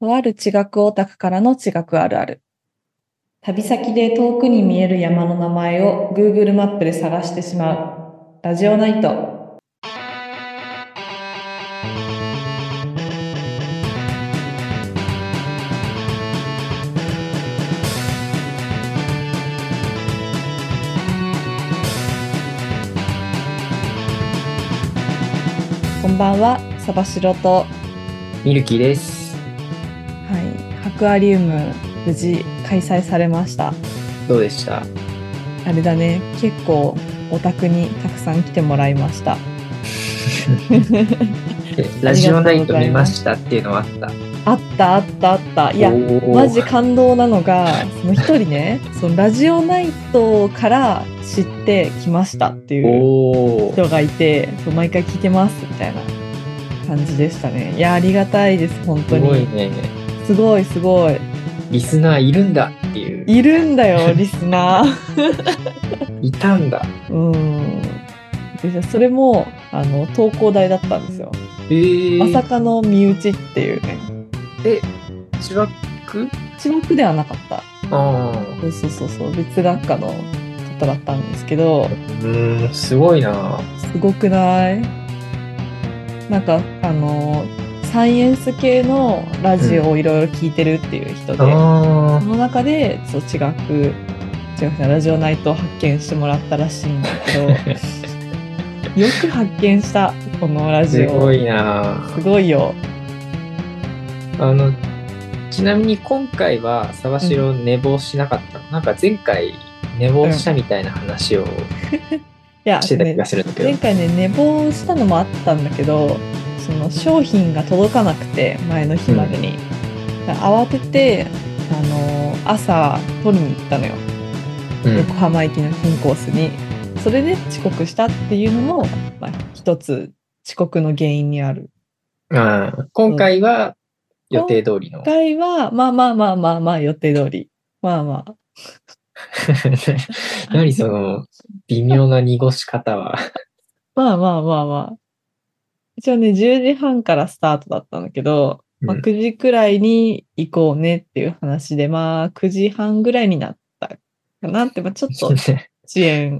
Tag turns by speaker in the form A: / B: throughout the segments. A: とある地学オタクからの地学あるある。旅先で遠くに見える山の名前を Google マップで探してしまう。ラジオナイト。こんばんは、サバシロと、は
B: ミルキーです。
A: い、ハクアリウム無事開催されました。
B: どうで した
A: あれだね、結構オタクにたくさん来てもらいました。
B: えラジオナイト見ましたっていうのはあった。
A: あったあったあった。いや
B: お、ー
A: マジ感動なのが、その一人ね、 そのラジオナイトから知ってきましたっていう
B: おー
A: 人がいて、そう毎回聞いてますみたいな感じでしたね。いや、ありがたいです、本当
B: すごい
A: に。
B: ね。
A: すごいすごい。
B: リスナーいるんだっていう。
A: いるんだ よ、リスナー。
B: いたんだ。
A: うん。でそれも、あの、投稿台だったんですよ。
B: えー、
A: まさかの身内っていうね。
B: え、千葉区
A: 一目ではなかった。
B: ああ。
A: そうそうそうそう、別学科の方だったんですけど、
B: うーん、すごいな。
A: すごくないなんか、あの、サイエンス系のラジオをいろいろ聞いてるっていう人で、
B: あ
A: その中で、そう、地学、地学のラジオナイトを発見してもらったらしいんだけ ど、よく発見した、このラ
B: あ。
A: ジ
B: す
A: オ。
B: ごいな。
A: すごいよ。
B: あの、ちなみに今回は沢城寝坊しなかったの、なんか前回寝坊したみたいな話を
A: いや、
B: してた
A: ね
B: 気がするんだけど。
A: 前回ね寝坊したのもあったんだけどその商品が届かなくて前の日までに、だから慌ててあの朝取りに行ったのよ、
B: うん
A: 横浜駅の金コースにそれで遅刻したっていうのも、まあ、一つ遅刻の原因にある
B: ああ今回は予定通りの
A: 今。 回はまあまあまあまあまあ予定通りまあまあ
B: 何その微妙な濁し方は。
A: まあまあまあまあ一応ね10時半からスタートだったんだけどまあ、
B: うん
A: 9時くらいに行こうねっていう話で、まあ、9時半ぐらいになったかなって、まあ、ちょっ と遅延。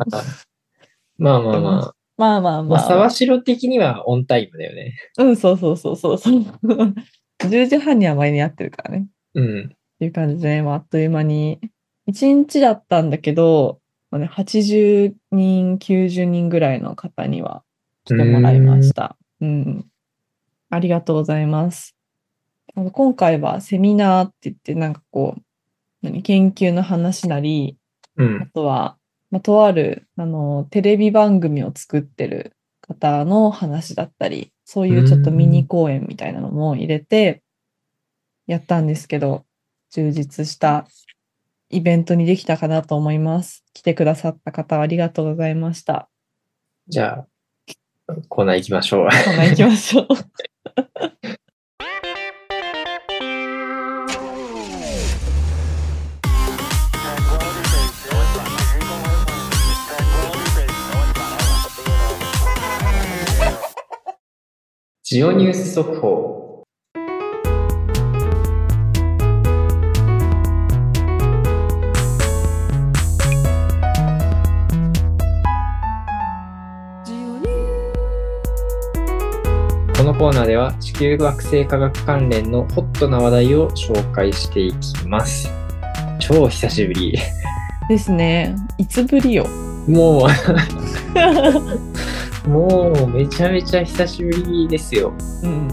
B: まあまあまあ。
A: まあまあ
B: まあ、
A: ま
B: 沢
A: あ。
B: 城的にはオンタイムだよね。
A: うん、そうそうそうそうそう。10時半には前にやってるからね。
B: うん。
A: っていう感じで、まあ、あっという間に。1日だったんだけど、まあね、80人、90人ぐらいの方には来てもらいました。うん。ありがとうございます。あの今回はセミナーって言って、なんかこう、何研究の話なり、
B: う
A: あ
B: ん。
A: とは、まあ、とあるあのテレビ番組を作ってる方の話だったり、そういうちょっとミニ公演みたいなのも入れてやったんですけど、充実したイベントにできたかなと思います。来てくださった方ありがとうございました。
B: じゃあ、コーナー行きましょう。
A: そんな行きましょう。
B: ジオニュース速報。このコーナーでは地球惑星科学関連のホットな話題を紹介していきます。超久しぶり。
A: ですね。いつぶりよ。
B: もう、もうめちゃめちゃ久しぶりですよ。
A: うん。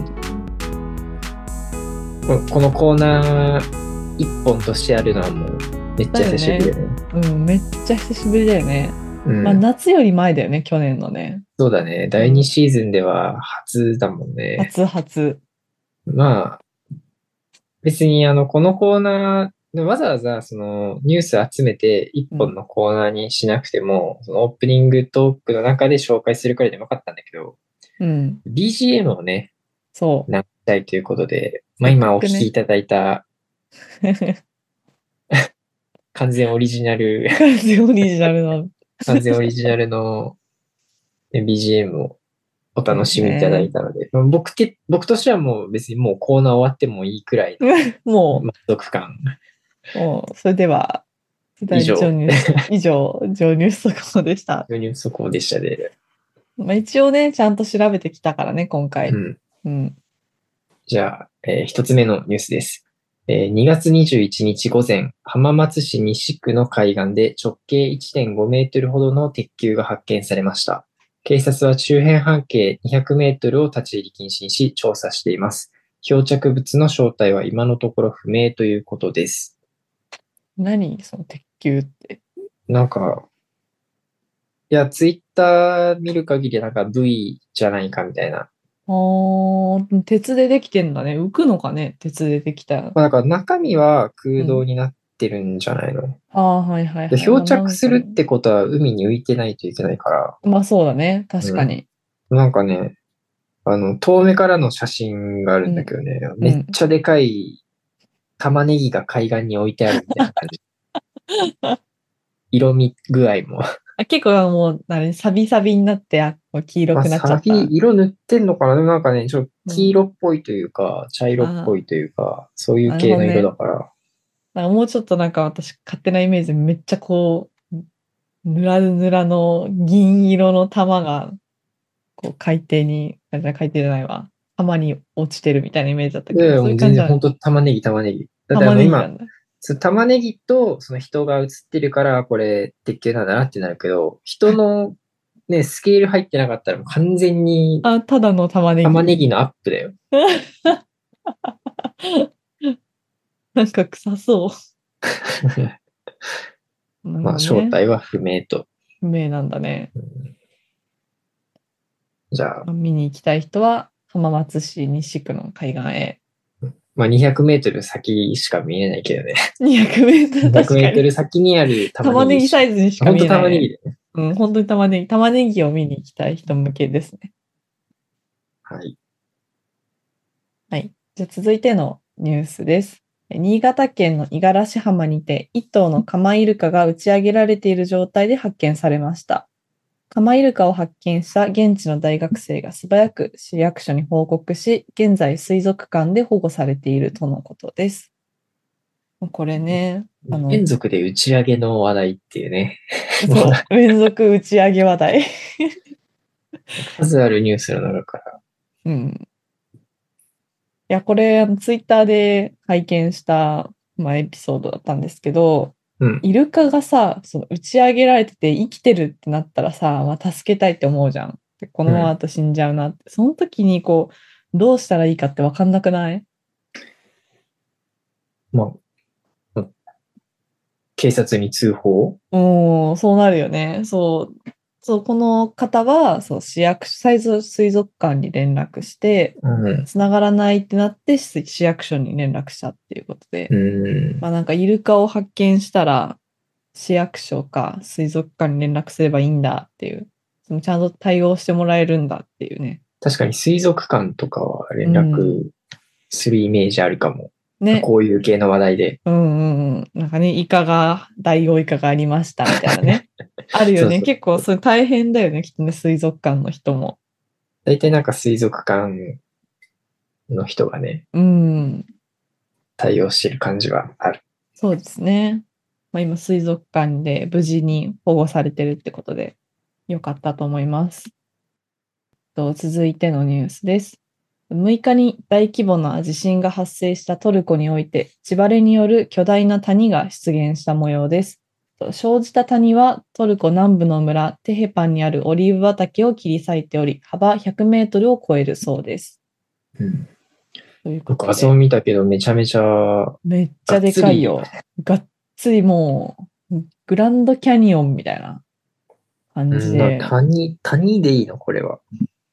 B: ここのコーナー一本としてやるのはもうめっちゃ久しぶりだよね。
A: うん。めっちゃ久しぶりだよね。
B: うん
A: まあ夏より前だよね、去年のね。
B: そうだね。第2シーズンでは初だもんね。
A: 初初。
B: まあ、別にあの、このコーナー、わざわざそのニュース集めて一本のコーナーにしなくても、そのオープニングトークの中で紹介するくらいでもよかったんだけど、
A: うん。
B: BGM をね、
A: そう。
B: 流したいということで、まあ今お聞きいただいた完全オリジナ ル
A: 完全オリジナルの。
B: 完全オリジナルのね BGM をお楽しみいただいたので、まあ僕て、僕としてはもう別にもうコーナー終わってもいいくらいの
A: も
B: 満足感。
A: う、もうそれでは、
B: 以上
A: 上入以上、上入速報でした。
B: 非常にそこでしたで、
A: まあ、一応ね、ちゃんと調べてきたからね、今回。
B: うん。
A: うん。
B: じゃあ、えー一つ目のニュースです。えー2月21日午前、浜松市西区の海岸で直径1.5メートルほどの鉄球が発見されました。警察は周辺半径200メートルを立ち入り禁止にし調査しています。漂着物の正体は今のところ不明ということです。
A: 何その鉄球って。
B: なんか、いや、ツイッター見る限りなんか V じゃないかみたい
A: あ
B: な。
A: ー鉄でできてんだね。浮くのかね、鉄でできた。
B: まあ、なんか中身は空洞になってるんじゃないの、
A: ああ、はいはい、は
B: で
A: い。
B: 漂着するってことは海に浮いてないといけないから、
A: まあそうだね。確かに。
B: なんかね、あの、遠目からの写真があるんだけどね、
A: ん
B: めっちゃでかい玉ねぎが海岸に置いてあるみたいな感じ。 色味具合も。
A: あ結構もう、あれ、サビサビになって、あもう黄色
B: まあ、
A: くなっちゃ
B: サ
A: った。
B: ビ、色塗ってんのかなでもなんかね、ちょっと黄色っぽいというか、茶色っぽいというか、そういう系の色だから、
A: なんかもうちょっとなんか私、勝手なイメージでめっちゃこう、ぬらぬらの銀色の玉が、こう海底に、あじゃあ海底じゃないわ。浜に落ちてるみたいなイメージだったけ
B: で
A: ど、
B: も
A: そういうう感
B: 全
A: じじゃ
B: 然
A: ない
B: 本当玉ねぎ玉ねぎ。だってあ
A: 玉
B: の
A: ねぎ
B: 今
A: な、んだ。
B: その玉ねぎとその人が写ってるから、これ、鉄球なんだなってなるけど、人のね、スケール入ってなかったらもう完全に
A: あ、ただの玉ねぎ。
B: 玉ねぎのアップだよ。
A: なんか臭そう。なん
B: まあ、
A: かね
B: 正体は不明と。
A: 不明なんだね。
B: じゃあ、
A: 見に行きたい人は、浜松市西区の海岸へ。
B: まあ、200メートル先しか見えないけどね。
A: 200メートル。
B: 200
A: 確
B: メ
A: か
B: ート
A: に。
B: ル先にある
A: 玉
B: 玉
A: ね
B: ね
A: ぎ
B: ぎ。
A: サイズにしか
B: 本
A: 見
B: 当
A: えない。
B: 玉ねぎだよね。
A: うん、本当に玉ねぎ。玉ねぎを見に行きたい人向けですね。
B: はい。
A: じゃあ続いてのニュースです。え新潟県の五十嵐浜にて、1頭のカマイルカが打ち上げられている状態で発見されました。カマイルカを発見した現地の大学生が素早く市役所に報告し、現在水族館で保護されているとのことです。これね、あの
B: 連続で打ち上げの話題っていうね、
A: そう 連続打ち上げ話題。
B: 数あるニュースの中から。
A: うん。いや、これ、あのツイッターで拝見した、まあ、エピソードだったんですけど、
B: うん
A: イルカがさ、その打ち上げられてて生きてるってなったらさ、まあ、助けたいって思うじゃん。でこのままだと死んじゃうなって。その時に、こう、どうしたらいいかって分かんなくない
B: まあ、うん警察に通報
A: もう、そうなるよね。そう。そう、この方は、そう、市役所、最初水族館に連絡して、
B: うん。
A: 繋がらないってなって、市市役所に連絡したっていうことで。
B: うん。
A: まあなんかイルカを発見したら市役所か水族館に連絡すればいいんだっていう、そのちゃんと対応してもらえるんだっていうね。
B: 確かに水族館とかは連絡するイメージあるかも。
A: ね。
B: こういう系の話題で。
A: うんうんうん。なんかね、イカが、大王イカがありましたみたいな ね。あるよね。
B: そうそう
A: 結構それ大変だよね、きっとね、水族館の人も。
B: 大体なんか水族館の人がね、
A: うん。
B: 対応してる感じはある。
A: そうですね。まあ、今、水族館で無事に保護されてるってことで、よかったと思います。と続いてのニュースです。6日に大規模な地震が発生したトルコにおいて、地割れによる巨大な谷が出現した模様です。と生じた谷はトルコ南部の村テヘパンにあるオリーブ畑を切り裂いており、幅100メートルを超えるそうです。
B: うん、
A: ということ
B: 画像
A: で、
B: 見たけどめちゃめちゃ、
A: めっちゃでかいよ。がっつりもう、グランドキャニオンみたいな感じ
B: うん
A: で。
B: 谷、谷でいいのこれは。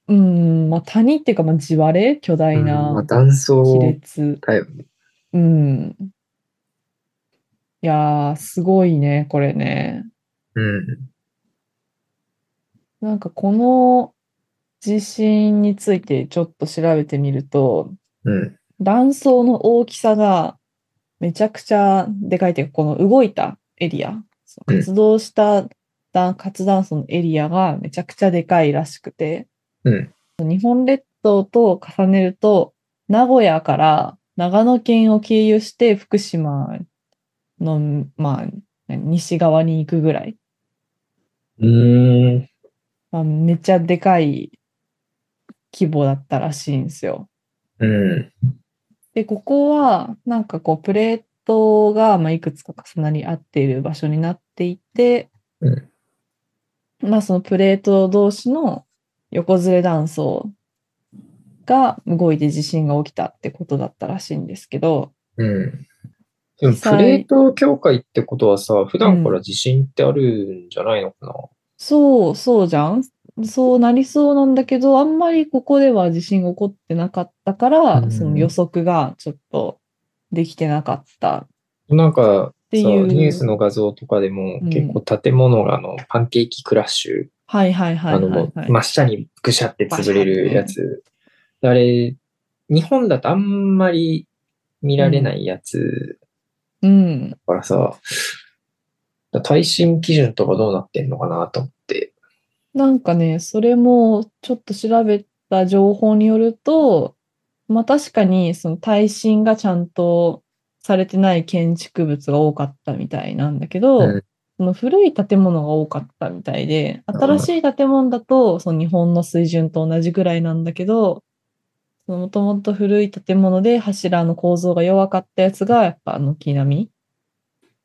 A: うん、まあ谷っていうか、まあ地割れ巨大
B: うんまあ
A: な
B: 断
A: 亀
B: 層
A: 裂。
B: だよね。
A: うん。いやー、すごいね、これね。
B: うん。
A: なんかこの地震についてちょっと調べてみると、
B: うん。
A: 断層の大きさがめちゃくちゃでかいというか、この動いたエリア、そう
B: うん
A: 活動した断活断層のエリアがめちゃくちゃでかいらしくて、
B: うん
A: 日本列島と重ねると、名古屋から長野県を経由して福島の、まあ、西側に行くぐらい。
B: うーん。
A: まあ、めっちゃでかい規模だったらしいんですよ。
B: うん。
A: で、ここは、なんかこう、プレートが、まあ、いくつか重なり合っている場所になっていて、
B: う
A: まあ、そのプレート同士の横ずれ断層が動いて地震が起きたってことだったらしいんですけど、
B: うん。でも
A: 実際
B: プレート境界ってことはさ、普段から地震ってあるんじゃないのかな、
A: そう、そうじゃん。そうなりそうなんだけど、あんまりここでは地震が起こってなかったから、
B: うん
A: その予測がちょっとできてなかった。
B: なんか
A: ていう
B: さニュースの画像とかでも
A: うん
B: 結構建物があのパンケーキクラッシュ、
A: はいはいはい
B: あ
A: はい、
B: の
A: は
B: も
A: い。
B: う真下にぐしゃって潰れるやつ。あれ、日本だとあんまり見られないやつ
A: うん。
B: だからさ、耐震基準とかどうなってんのかなと思って。
A: なんかね、それもちょっと調べた情報によると、まあ確かにその耐震がちゃんとされてない建築物が多かったみたいなんだけど、
B: うん
A: その古い建物が多かったみたいで、新しい建物だとその日本の水準と同じぐらいなんだけど、もともと古い建物で柱の構造が弱かったやつが、やっぱ軒並み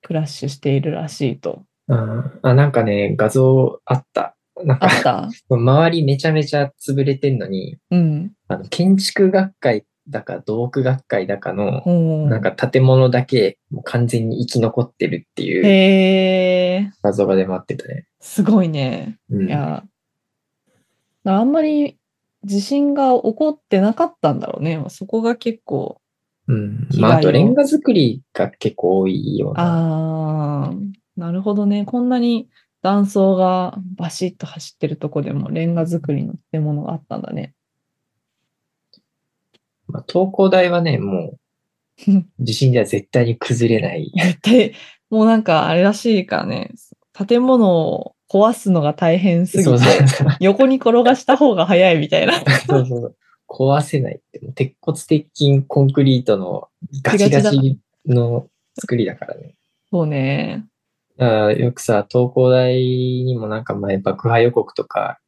A: クラッシュしているらしいと。
B: うんあ、なんかね、画像あった。なん
A: あ
B: か
A: っ、た
B: 周りめちゃめちゃ潰れてんのに、
A: うん。
B: あの建築学会だか、道具学会だかの、
A: な
B: なんか建物だけもう完全に生き残ってるっていう
A: へえ、
B: 画像が出回ってたね。
A: すごいね。
B: うん
A: いや、あんまり地震が起こってなかったんだろうね。そこが結構、
B: うん。
A: 被害
B: まあ、あと、
A: を
B: レンガ作りが結構多いような。
A: ああ、なるほどね。こんなに断層がバシッと走ってるとこでもレンガ造りの建物があったんだね。
B: まあ、東工大はね、 もう、地震では絶対に崩れない。
A: 絶対、もうなんかあれらしいからね。建物を壊すのが大変すぎ
B: そう
A: て、
B: そう
A: 横に転がした方が早いみたいな。
B: そうそう。壊せないって、もう鉄骨鉄筋コンクリートのガチガチの作りだからね。
A: そうね。
B: だからよくさ、東工大にもなんか前爆破予告とか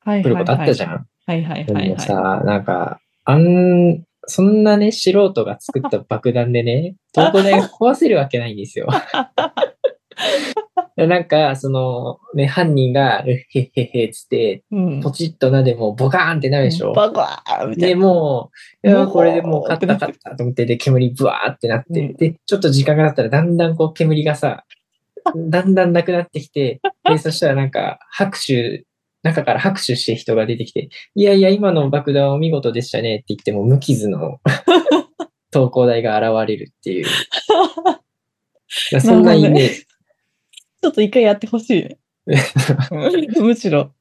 A: はい
B: 来
A: はいは
B: るこ
A: い。
B: とあったじゃん。
A: はいはい
B: で
A: はい
B: も
A: はい。
B: さ、なんか、あん、そんなね、素人が作った爆弾で ね、東工大が壊せるわけないんですよ。 でなんか、その、ね、犯人が、うっへっへっへっつって、
A: うん
B: ポチッとなでもうボカーンってなるでしょ。
A: バカーみた
B: で、
A: いな。
B: もう、いや
A: もう
B: これでもう勝った勝ったと思って、で、煙ブワーってなって、
A: うん
B: で、ちょっと時間が経ったらだんだんこう煙がさ、 だんだんなくなってきて、で、そしたらなんか拍手、中から拍手して人が出てきて、いやいや、今の爆弾お見事でしたねって言っても無 傷の投稿台が現れるっていう。そんなイメージ。
A: ちょっと一回やってほしい ね。むしろ。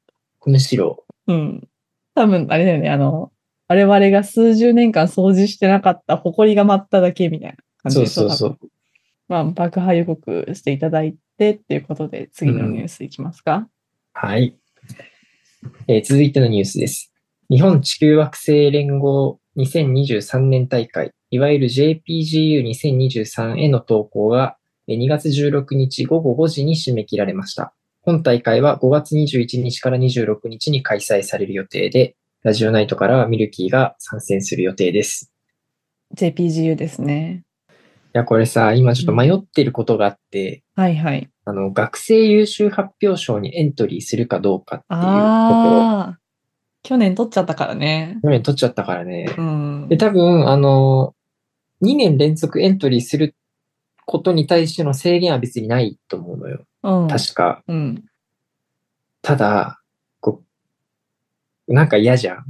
B: むしろ。
A: うん。多分、あれだよね。あの、我々が数十年間掃除してなかった埃が舞っただけみたいな感じ
B: そう
A: でし
B: そ
A: ょ
B: うそ。
A: 多分
B: う。
A: まあ、爆破予告していただいてっていうことで、次のニュースいきますか。
B: はい、えー続いてのニュースです。日本地球惑星連合2023年大会、いわゆる JPGU2023 への投稿がえー2月16日午後5時に締め切られました。本大会は5月21日から26日に開催される予定で、ラジオナイトからはミルキーが参戦する予定です。
A: JPGU ですね。
B: いや、これさ、今ちょっと迷ってることがあって、
A: はいはい。
B: あの、学生優秀発表賞にエントリーするかどうかっていうところ。
A: ああ。去年取っちゃったからね。
B: 去年取っちゃったからね。
A: うん
B: で、。多分、あの、2年連続エントリーすることに対しての制限は別にないと思うのよ。
A: うん。
B: 確か。
A: うん。
B: ただ、こう、なんか嫌じゃん。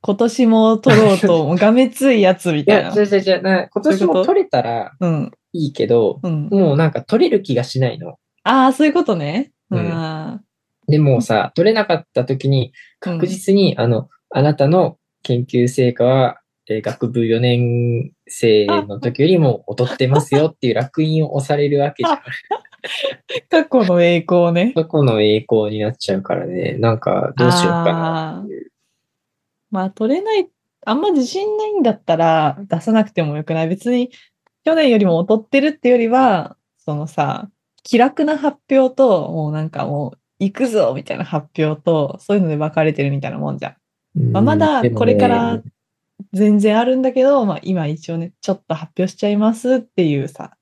A: 今年も取ろうと、がめついやつみ
B: い
A: たいな
B: や、違う。違う違う。な今
A: そ
B: 年
A: ういうこと
B: も取れたら
A: うん。
B: いいけど、
A: うん。
B: もうなんか取れる気がしないの。
A: ああ、そういうことね。
B: うん
A: あ
B: でもさ、取れなかった時
A: う
B: に、
A: ん
B: 確実に、あの、あなたの研究成果は、えー学部4年生の時よりも劣ってますよっていう楽印を押されるわけじゃん。
A: あ過去の栄光ね。
B: 過去の栄光になっちゃうからね、なんかどうしようかな。
A: あーまあ、取れない、あんま自信ないんだったら出さなくてもよくない。別に、去年よりも劣ってるってよりは、そのさ、気楽な発表と、もうなんかもう、行くぞみたいな発表と、そういうので分かれてるみたいなもんじゃん。まあ、まだこれから全然あるんだけど、まあ、今一応ね、ちょっと発表しちゃいますっていうさ、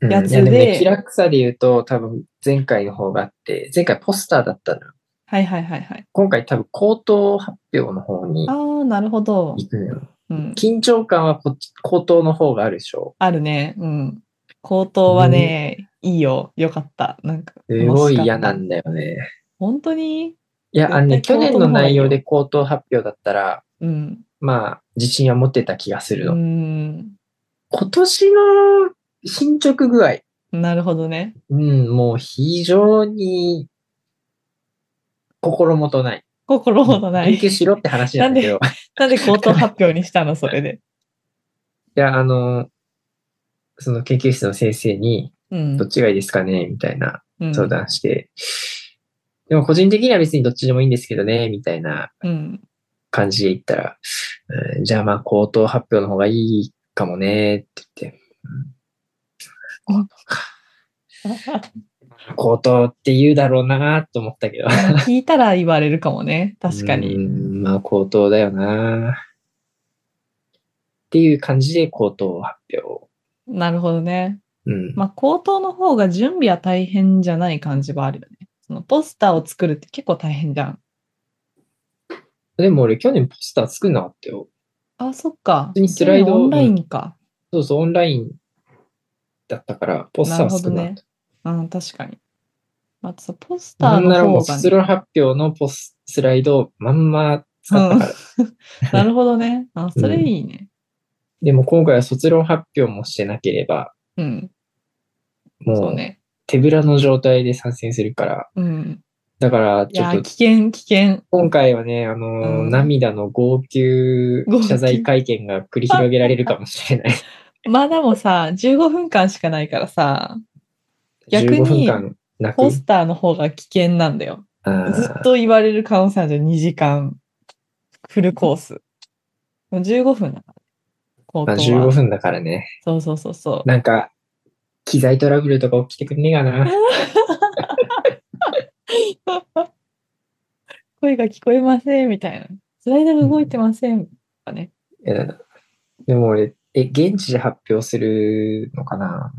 A: やつで
B: うんいもね気楽さで言うと、多分前回の方があって、前回ポスターだったのよ。
A: はいはいはいはい。
B: 今回多分口頭発表の方に
A: ああ、なるほど。
B: 行くのよ。
A: うん。
B: 緊張感はこっち口頭の方があるでしょ。
A: あるね。うん。口頭はね、いいよ。よかった。なんか。
B: すご
A: 楽
B: い
A: しか
B: 嫌
A: った
B: なんだよね。
A: 本当に
B: いや、あのね、
A: 絶対口
B: 去年
A: 頭の
B: の
A: 方がいい
B: 内
A: よ
B: 容で口頭発表だったら、
A: うん。
B: まあ、自信は持ってた気がする
A: う
B: の。
A: ん。
B: 今年の進捗具合、
A: なるほどね。
B: うん、もう非常に心もとない。
A: 心もとない
B: 研。究しろって話なんだけど。
A: なんで口頭発表にしたのそれで。
B: いや、あの、その研究室の先生に、
A: うん
B: どっ。ちがいいですかねみたいな
A: うん
B: 相。談して、でも個人的には別にどっちでもいいんですけどね、みたいな
A: うん。
B: 感じで言ったら、うんじゃあまあ口頭発表の方がいいかもね、って言って、口頭って言うだろうな、と思ったけど。
A: 聞いたら言われるかもね。確かに。
B: うんまあ口頭だよな。っていう感じで口頭発表。
A: なるほどね。
B: うん。
A: まあ、口頭の方が準備は大変じゃない感じはあるよね。そのポスターを作るって結構大変じゃん。
B: でも俺去年ポスター作んなかったよ。
A: あ、そっか。
B: 普通にスライド
A: オンラインか。
B: そうそう、オンラインだったから、ポスターは少な
A: なる
B: い
A: ほ。うん、確かに。また、そうポスタ
B: な
A: ー
B: んならも
A: の方
B: う、
A: が、
B: 卒
A: ね、
B: 論発表のポススライドをまんま使ったから。
A: なるほどね。あ、それいいね。
B: でも今回は卒論発表もしてなければ、
A: うん、
B: も
A: そう
B: う
A: ね。
B: 手ぶらの状態で参戦するから。
A: うん。
B: だから、
A: い
B: ちょ
A: や
B: っ
A: ー、
B: と
A: 危険、危険。
B: 今回はね、あのー
A: うん
B: 涙の号泣
A: 号泣
B: 謝罪会見が繰り広げられるかもしれない。
A: まあでもさ、15分間しかないからさ、逆に
B: 15分間泣く
A: ポ。スターの方が危険なんだよ。
B: あー
A: ずっと言われる可能性あるじゃん、2時間。フルコース。もう15分だから。高
B: まあ、
A: 校
B: 15
A: は。
B: 分だからね。
A: そうそうそうそう。
B: なんか、機材トラブルとか起きてくんねえか な。
A: 声が聞こえません、みたいな。スライドが動いてません、とかね。
B: いやだからでも俺、え、現地で発表するのかな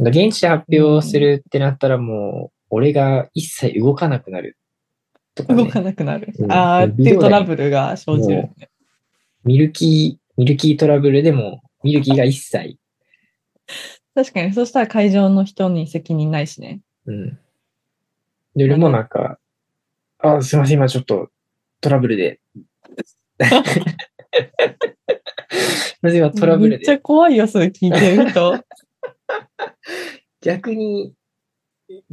B: 現地で発表するってなったらもう、俺が一切動かなくなるとか、ね、
A: 動かなくなる。
B: うん
A: ああ、って
B: 微
A: い
B: 動
A: うト
B: だに
A: ラブルが生じる、ね。
B: ミルキー、ミルキートラブルでも、ミルキーが一切、
A: 確かに、そしたら会場の人に責任ないしね。
B: うん。で、俺もなんか、あ、すいません、今ちょっとトラブ ルで。すいません、今トラブル
A: めっち
B: で。
A: ゃ怖いよ、それ聞いてる人。
B: 逆に、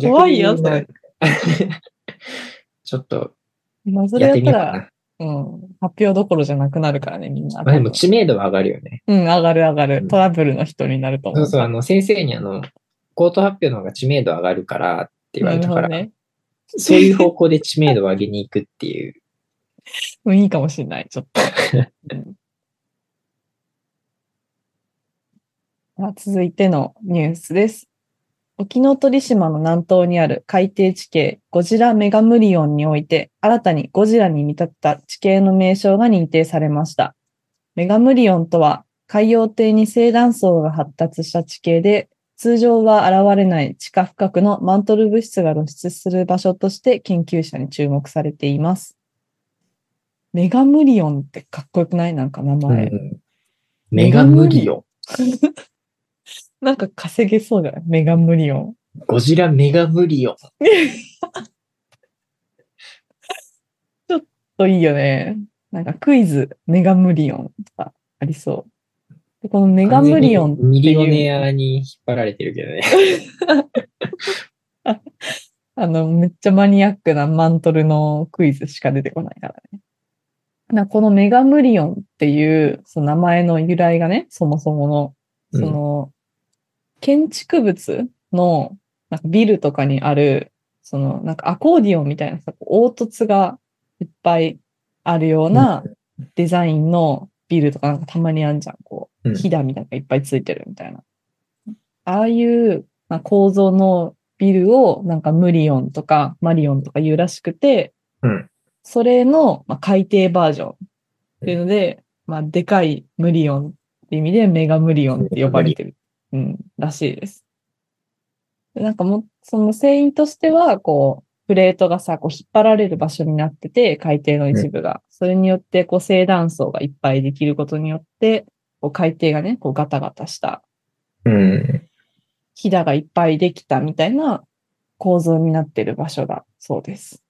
A: 怖いよ
B: 逆になんか ちょっと、
A: まあ、それ
B: や
A: や
B: って
A: っ
B: み
A: た、
B: ようからな。
A: うん、発表どころじゃなくなるからね、みんな。
B: まあでも知名度は上がるよね。
A: うん、上がる上が
B: う
A: る。
B: ん
A: トラブルの人になると思。
B: そううそう、あの、先生にあの、コート発表の方が知名度上がるからって言わ
A: なる
B: れた
A: ほ
B: か
A: ど
B: ら、
A: ね。
B: そういう方向で知名度を上げに行くって いう。
A: うんいいかもしれない、ちょっと。うんさあ続いてのニュースです。沖ノ鳥島の南東にある海底地形ゴジラメガムリオンにおいて新たにゴジラに見立てた地形の名称が認定されました。メガムリオンとは海洋底に正断層が発達した地形で通常は現れない地下深くのマントル物質が露出する場所として研究者に注目されています。メガムリオンってかっこよくないなんか名前。
B: うんメガムリオン。
A: なんか稼げそうじゃないメガムリオン。
B: ゴジラメガムリオン。
A: といいよね。なんかクイズ、メガムリオンとかありそう。でこのメガムリオンっていう。
B: ミリオネアに引っ張られてるけどね。
A: あの、めっちゃマニアックなマントルのクイズしか出てこないからね。なこのメガムリオンっていうその名前の由来がね、そもそもの、 その、建築物のなんかビルとかにある、そのなんかアコーディオンみたいなさ、こう凹凸がいっぱいあるようなデザインのビルとかなんかたまにあんじゃん。こ
B: う
A: う、
B: ん
A: ひだみたいなのがいっぱいついてるみたいな。ああいう、まあ、構造のビルをなんかムリオンとかマリオンとか言うらしくて、
B: うん
A: それの、まあ、改訂バージョンっていうので、まあ、でかいムリオンって意味でメガムリオンって呼ばれてる、うん、らしいです。でなんかもう、その船員としては、こう、プレートがさ、こう引っ張られる場所になってて、海底の一部が。それによって、こう、静断層がいっぱいできることによって、こう海底がね、こうガタガタした、
B: うん。
A: ひだがいっぱいできたみたいな構造になってる場所だそうです。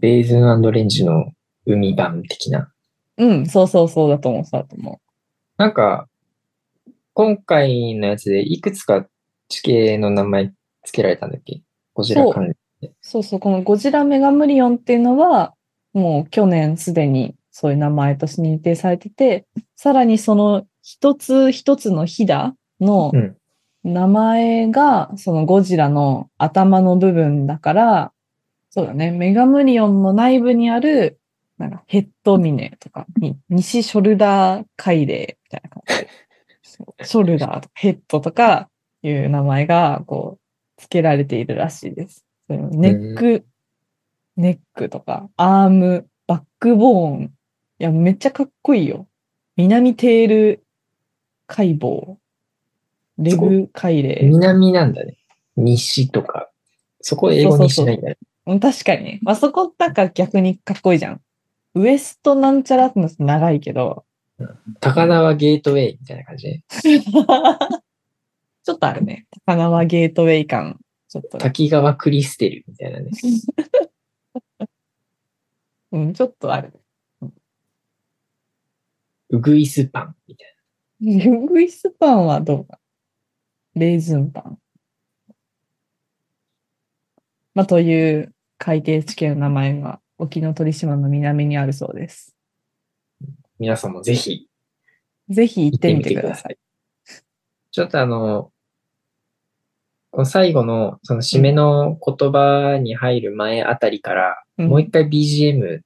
B: レーズンレンジの海版的な。
A: うん、そうそうそうだと思う、そうだと思
B: なんか、今回のやつでいくつか地形の名前付けられたんだっけこちら関連。
A: う。そうそう、このゴジラメガムリオンっていうのは、もう去年すでにそういう名前として認定されてて、さらにその一つ一つのひだの
B: うん
A: 名前が、そのゴジラの頭の部分だから、そうだね、メガムリオンの内部にある、なんかヘッドミネとかに、西ショルダー海嶺みたいな感じでそうショルダーとかヘッドとかいう名前が、こう、付けられているらしいです。そのネック、ネックとか、アーム、バックボーン。いや、めっちゃかっこいいよ。南テール解剖。レグ海嶺。
B: 南なんだね。西とか。そこ英語にしないんだね。
A: うん、確かに。まあ、そこ、なんか逆にかっこいいじゃん。ウエストなんちゃらってのって長いけど、
B: 高輪ゲートウェイみたいな感じで。
A: ちょっとあるね。高輪ゲートウェイ感。ちょっと、
B: 滝川クリステルみたいなね。
A: うん、ちょっとある。
B: うぐいすパンみたい
A: ウグイスパンはどうか。レーズンパン。まあ、という海底地形の名前が沖ノ鳥島の南にあるそうです。
B: な。皆さんもぜひ
A: ぜひ行
B: 行
A: っ
B: っ
A: て
B: てみ
A: み
B: て
A: て
B: く
A: く
B: だ
A: だ
B: さ
A: さ
B: い。ちょっとあの、この最後の、その締めの言葉に入る前あたりから、
A: い。
B: もう一回 BGM 流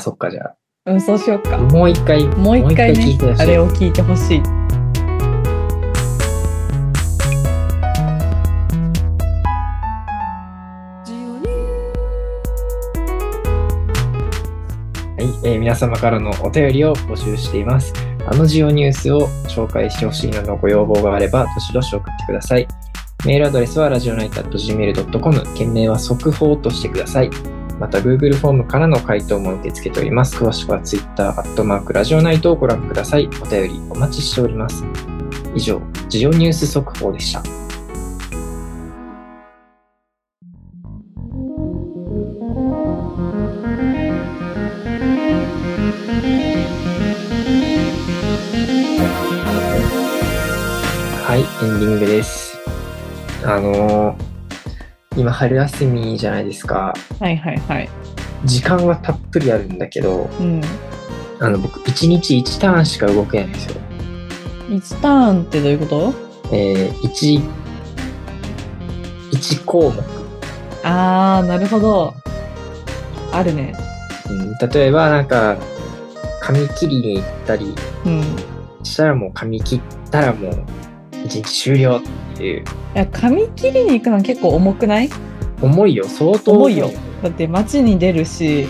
B: そっかじゃ
A: うん、うん、そうしよう
B: あ。
A: か。
B: もう一回、
A: もう一回
B: 聞い
A: ね
B: てほ、し
A: あ
B: い
A: れ。を聞いてほしい。
B: はい、えー皆様からのお便りを募集しています。あのジオニュースを紹介してほしいなどご要望があれば、どしどし送ってください。メールアドレスはラジオナイト .gmail.com、件名は速報としてください。また、Google フォームからの回答も受け付けております。詳しくは Twitter、アットマーク、ラジオナイトをご覧ください。お便りお待ちしております。以上、ジオニュース速報でした。はい、エンディングです。あのー今春休みじゃないですか。
A: はいはいはい。
B: 時間はたっぷりあるんだけど、
A: うん。
B: あの僕1日1ターンしか動けないんですよ。
A: 1ターンってどういうこと
B: えー、1、1項目。
A: あー、なるほど。あるね。
B: うん例えばなんか、髪切りに行ったり
A: うん。い
B: したらもう髪切ったらもう1日終了っていう。
A: や、髪切りに行くのは結構重くない
B: 重いよ、相当
A: 重いよ。だって街に出るし、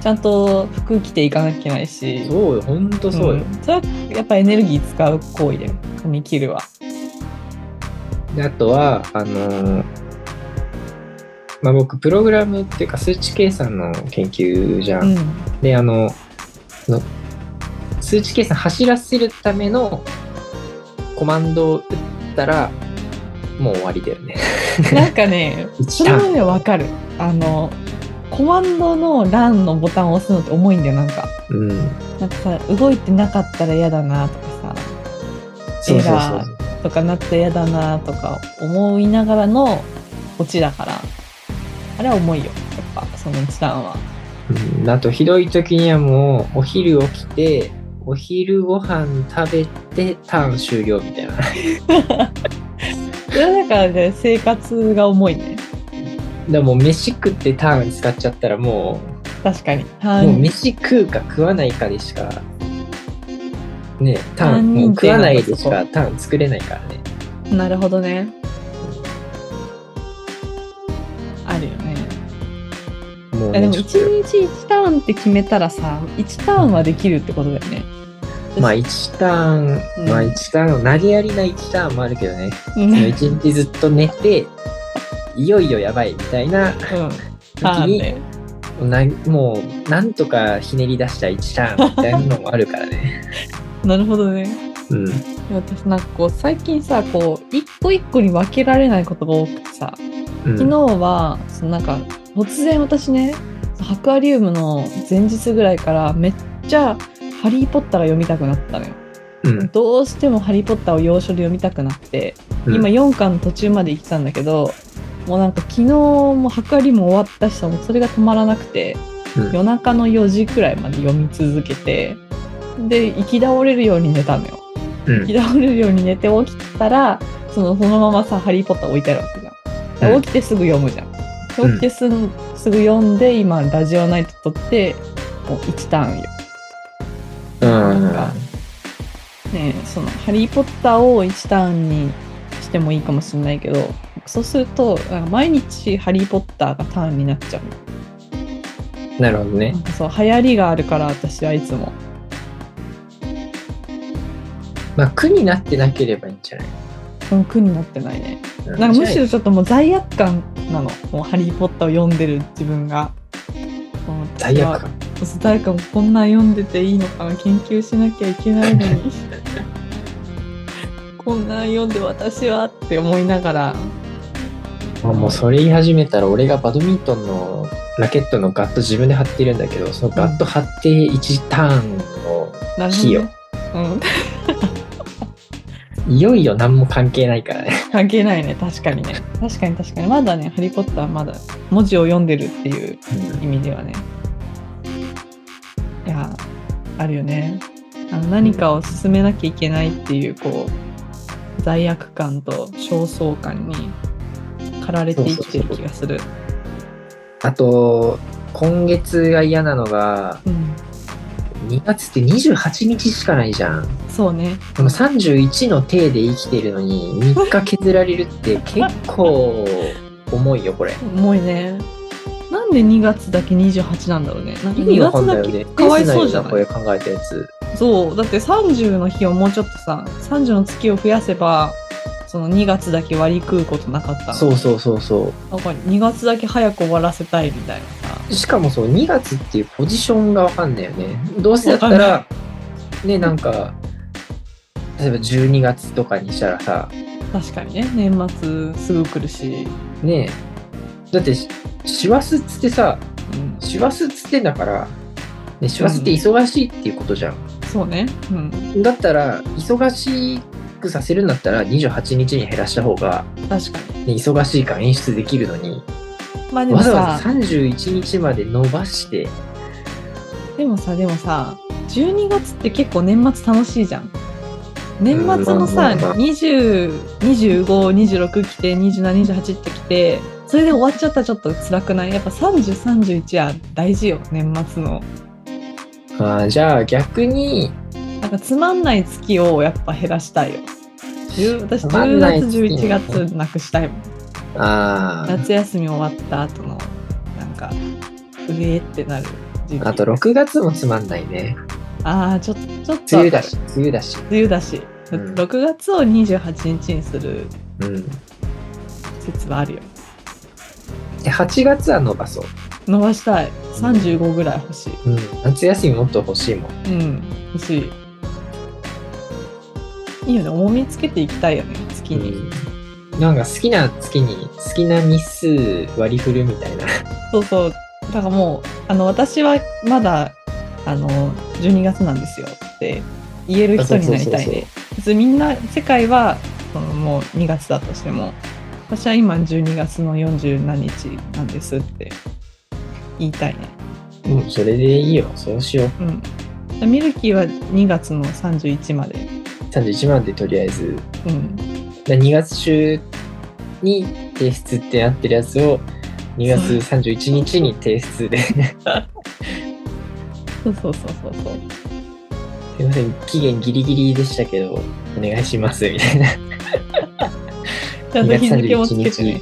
A: ちゃんと服着ていかなきゃいけないし。
B: そうよ、ほんとそうよ。
A: んそれはやっぱエネルギー使う行為だよ。髪切るは。
B: であとはあのーまあ、僕プログラムっていうか数値計算の研究じゃ、
A: うんん。
B: であのの数値計算走らせるためのコマンドを打ったらもう終わりだよね
A: なんかね、そ
B: 一
A: れ
B: タ
A: は
B: ーン
A: ね、わかる。あの、コマンドの欄のボタンを押すのって重いんだよ、なんか。
B: うん
A: なんかさ、動いてなかったら嫌だなとかさ。
B: そうそうそうそう
A: とかなって嫌だなとか思いながらのオチだからあれは重いよやっぱその一段は
B: うんあとひどい時にはもうお昼起きてお昼ご飯食べてターン終了みたいな
A: それはだからね生活が重いね
B: でももう飯食ってターン使っちゃったらもう
A: 確かに。
B: もう
A: 単
B: 飯食うか食わないかでしか、ね、タ
A: タ
B: ー
A: ン
B: ン、もう食わない
A: ってい
B: で
A: うのが
B: し
A: そ
B: かターン作れないからね。
A: なるほどね。あるよね。
B: もう
A: えで
B: ね、
A: も
B: ち
A: 1
B: ょっと、
A: 日1ターンって決めたらさ、1ターンはできるってことだよね。
B: まあ1ターン、
A: うん
B: まあ1ターン、投げやりな1ターンもあるけどね、
A: うん。うん。
B: 1日ずっと寝て、いよいよやばいみたいな時
A: ターン
B: に、
A: ね。
B: なもうなんとかひねり出した1ターンみたいなのもあるか らね。
A: なるほどね。
B: うん。
A: 私なんかこう最近さこう一個一個に分けられないことが多くてさ
B: うん、
A: 昨日はそのなんか突然私ね白アリウムの前日ぐらいからめっちゃ「ハリー・ポッター」が読みたくなったのよ。
B: うん、
A: どうしても「ハリー・ポッター」を要所で読みたくなって
B: うん
A: 今4巻の途中まで行ってたんだけどもうなんか昨日も白アリウム終わったしさもうそれが止まらなくて
B: うん
A: 夜中の4時くらいまで読み続けてで行き倒れるように寝たのよ。
B: うん
A: 起き倒れるように寝て起きたらそのそのままさ「ハリー・ポッター」置いてあるわけじゃん、
B: うん
A: 起きてすぐ読むじゃんで
B: うん
A: 起きてすぐすぐ読んで今ラジオナイト撮ってもう1ターンよ
B: うん
A: なんかねえその「ハリー・ポッター」を1ターンにしてもいいかもしれないけどそうするとなんか毎日「ハリー・ポッター」がターンになっちゃう
B: なるほどね
A: なん。かそう流行りがあるから私はいつも
B: まあ、苦になってなければいいんじゃない
A: でも苦になってないね
B: う
A: なんかむしろちょっともう罪悪感なのもう「ハリー・ポッター」を読んでる自分がもう
B: 罪悪感。
A: 誰かもこんなん読んでていいのかな研究しなきゃいけないの にこんなん読んで私はって思いながら
B: まあもうそれ言い始めたら、俺がバドミントンのラケットのガット自分で貼ってるんだけど、そのガット貼って1ターンの、
A: なるほ
B: 火
A: ど、
B: よ
A: ねうん、
B: いよいよ何も関係ないからね。
A: 関係ないね確かにね確かに確かにまだね「ハリー・ポッター」まだ文字を読んでるっていう意味ではねいやあるよねあの何かを進めなきゃいけないっていうこう罪悪感と焦燥感に駆られて生きてる気がする。
B: あと、今月が嫌なのが、
A: うん
B: 2月って28日しかないじゃん。
A: そうね。
B: でも31の体で生きてるのに3日削られるって結構重いよこれ
A: 重いね。なんで2月だけ28なんだろうね。なんか
B: 意味
A: 2
B: わかん
A: 月
B: ない
A: だ
B: よ
A: け
B: ね
A: かわいそうじゃな
B: こ
A: い
B: れ考えたやつ
A: そう。だって30の日をもうちょっとさ、30の月を増やせば、その2月だけ割り食うことなかったの。
B: そうそうそうそ
A: なんか2月だけ早く終わらせたいみたいなさ。
B: うしかもそう2月っていうポジションがわかんないよねどうせだった
A: わ
B: らねなんか例えば12月とかにしたらさ
A: 確かにね、年末すぐ来るし。
B: ねだってし師走っつってさ
A: うん、
B: 師走っつってんだからね師走って忙しいっていうことじゃん、
A: そうね。うん。
B: だったら忙しくさせるんだったら28日に減らした方が
A: 確かに。
B: ね忙しい感演出できるのに
A: まあでも
B: わ
A: さ、
B: ざわざ31日まで伸ばして
A: でもさでもさ12月って結構年末楽しいじゃん年末のさ
B: うんまあまあまあ
A: 202526来て2728って来てそれで終わっちゃったらちょっと辛くないやっぱ3031は大事よ年末の
B: あーじゃあ逆に
A: なんかつまんない月をやっぱ減らしたいよ10私
B: つまん
A: 10
B: ない
A: 月
B: 月ね
A: 11月なくしたいもん
B: あー
A: 夏休み終わった後のなんかうえーってなる時期
B: あと6月もつまんないね
A: あーちょちょっと
B: 梅雨だし梅雨だし
A: 梅雨だし、
B: うん
A: 6月を28日にする
B: うん
A: 説はあるよ
B: で8月は伸ばそう、
A: 伸ばしたい35ぐらい欲しい
B: うん、夏休みもっと欲しいもん
A: うん欲しいいいよね重みつけていきたいよね月に、
B: うんなんか好きな月に好きな日数割り振るみたいな
A: そうそうだからもうあの私はまだあの12月なんですよって言える人になりたい
B: そうそうそう
A: ね別にみんな世界はそのもう2月だとしても私は今12月の40何日なんですって言いたいね
B: うんそれでいいよそうしよう
A: うん、ミルキーは2月の31まで、
B: 31万でとりあえず
A: うん、
B: だ2月中に提出ってなってるやつを2月31日に提出で
A: そうそうそうそうそう。
B: すいません、期限ギリギリでしたけど、お願いします、みたいな。
A: ちゃんと日付もつけてね。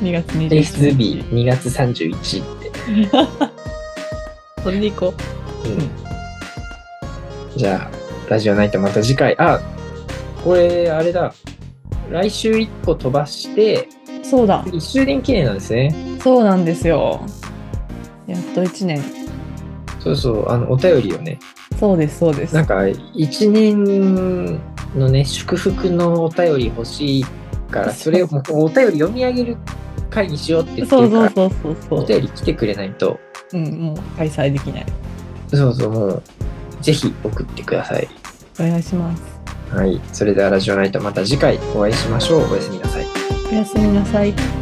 B: う
A: 2月21日。
B: 提出日2月31って。
A: それでいこ
B: うんじゃあ、ラジオナイトまた次回。あ、これ、あれだ。来週1個飛ばして、
A: う。そうだ。
B: 1周年記念なんですね。
A: そうなんですよ。やっと1年。
B: そうそう、あの、お便りをね。
A: そうです、そうです。
B: なんか、1年のね、祝福のお便り欲しいから、それをもうお便り読み上げる会にしようって言って
A: そう
B: るか
A: そう
B: ら、
A: そうそうそ
B: お
A: う。
B: 便り来てくれないと、
A: うん、もう開催できない。
B: そうそう、もう、ぜひ送ってください。
A: お願いします。
B: はい。それでは、ラジオナイトまた次回お会いしましょう。おやすみなさい。
A: おやすみなさい。